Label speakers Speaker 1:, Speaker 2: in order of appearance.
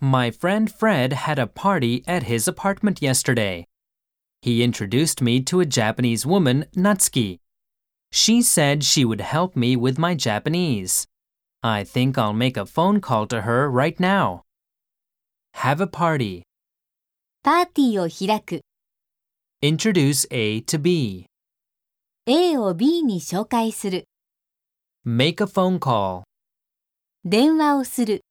Speaker 1: My friend Fred had a party at his apartment yesterday. He introduced me to a Japanese woman, Natsuki. She said she would help me with my Japanese. I think I'll make a phone call to her right now. Have a party.
Speaker 2: パーティーを開く
Speaker 1: Introduce A to B.
Speaker 2: A を B に紹介する
Speaker 1: Make a phone call.
Speaker 2: 電話をする